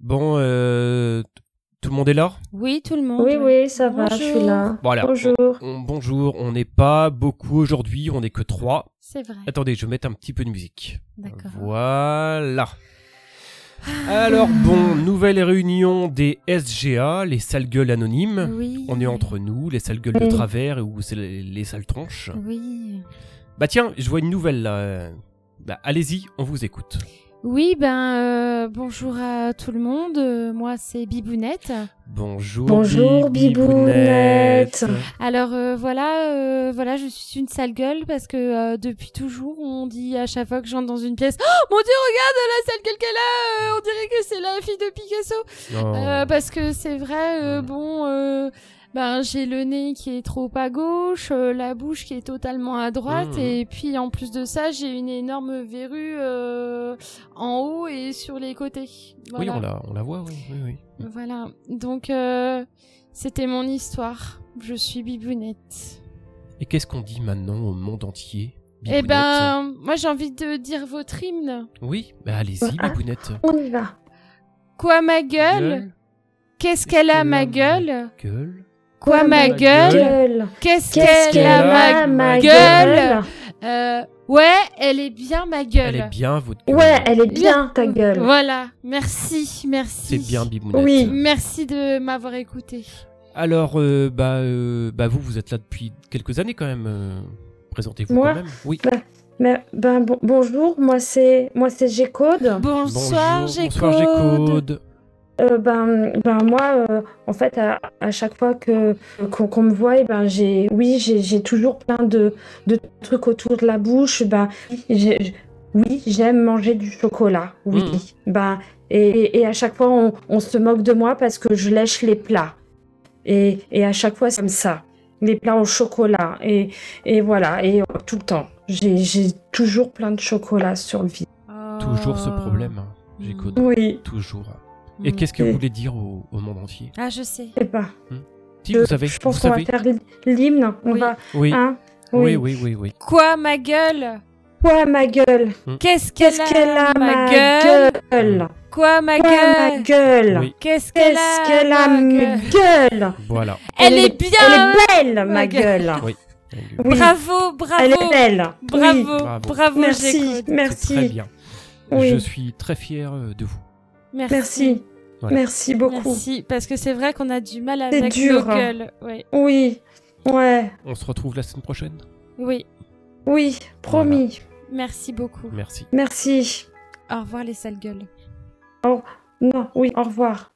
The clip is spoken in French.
Bon, euh, tout le monde est là Oui, tout le monde. Oui, oui, ça va, je suis là. Voilà. Bonjour. On- bonjour, on n'est pas beaucoup aujourd'hui, on n'est que trois. C'est vrai. Attendez, je vais mettre un petit peu de musique. D'accord. Voilà. Alors bon, nouvelle réunion des SGA, les sales gueules anonymes. Oui. On est entre nous, les sales gueules de Oui. travers ou c'est les, les sales tronches. Oui. Bah tiens, je vois une nouvelle là. Euh, Bah allez-y, on vous écoute. Oui, ben euh, bonjour à tout le monde. Euh, Moi, c'est Bibounette. Bonjour. Bonjour, Bibounette. Bibounette. Alors euh, voilà, euh, voilà, je suis une sale gueule parce que euh, depuis toujours, on dit à chaque fois que j'entre dans une pièce, oh mon Dieu, regarde la sale gueule qu'elle a. euh, on dirait que c'est la fille de Picasso. Non. Euh, parce que c'est vrai, euh, Mm. bon, euh, ben j'ai le nez qui est trop à gauche, euh, la bouche qui est totalement à droite, Mm. et puis en plus de ça, j'ai une énorme verrue euh, en haut et sur les côtés. Oui, Voilà. on la, on la voit, oui, oui, oui. Voilà. Donc euh, c'était mon histoire. Je suis bibounette. Et qu'est-ce qu'on dit maintenant au monde entier Eh Bibounette ben, moi j'ai envie de dire votre hymne. Oui, bah allez-y, Ah. Bibounette. On y va. Quoi ma gueule Qu'est-ce qu'elle a ma gueule Gueule. Quoi ma gueule Gueule. Qu'est-ce qu'elle a, a ma ma gueule Euh, ouais, elle est bien ma gueule. Elle est bien, votre gueule. Ouais, elle est bien ta gueule. Voilà, merci, C'est merci. bien, Bibounette. Oui. Merci de m'avoir écouté. Alors, euh, bah, euh, bah, vous, vous êtes là depuis quelques années quand même. euh, Présentez-vous Moi quand même. Oui. Mais, ben, bon- bonjour, moi c'est moi c'est G-Code. Bonsoir, Bonjour, j'ai bonsoir, G-Code. Euh, ben, ben moi, euh, en fait, à, à chaque fois que qu'on qu'on me voit, eh ben j'ai, oui, j'ai j'ai toujours plein de, de trucs autour de la bouche. Ben, j'ai- j'- oui, j'aime manger du chocolat. Oui. Hmm. Ben, et, et- et à chaque fois, on, on se moque de moi parce que je lèche les plats. Et, et à chaque fois, c'est comme ça. Les plats au chocolat. Et, et voilà. Et euh, tout le temps. J'ai j'ai toujours plein de chocolat sur le vide. Oh. Toujours Oh. ce problème, hein, G-Code. Oui. Toujours. Et Mm. qu'est-ce que Et- vous voulez dire au, au monde entier Ah, je sais. Eh ben, Si je, vous savez, je pense vous qu'on va savez. faire l'hymne. On Oui. va. Oui. Hein oui, oui, oui, oui. Quoi, ma gueule Quoi, ma gueule Qu'est-ce Qu'est-ce qu'elle a, qu'elle a, ma ma gueule, gueule Quoi, ma Quoi, ma gueule gueule Mmh. Oui. Qu'est-ce qu'elle a, Qu'est-ce qu'elle a, ma ma gueule gueule Voilà. Elle est Elle bien est belle, ma ma gueule Oui. Oui, Bravo, bravo Elle est belle Oui, Bravo, Bravo. bravo, Merci, G-Code. C'est Très merci, bien. Oui. Je suis très fier euh, de vous. merci, Voilà. merci beaucoup. Merci, parce que c'est vrai qu'on a du mal C'est avec dur, nos hein. gueules. Ouais. Oui, ouais, On se retrouve la semaine prochaine. Oui, oui, promis, merci beaucoup. Merci. merci. Au revoir les sales gueules. Non, oui, au revoir.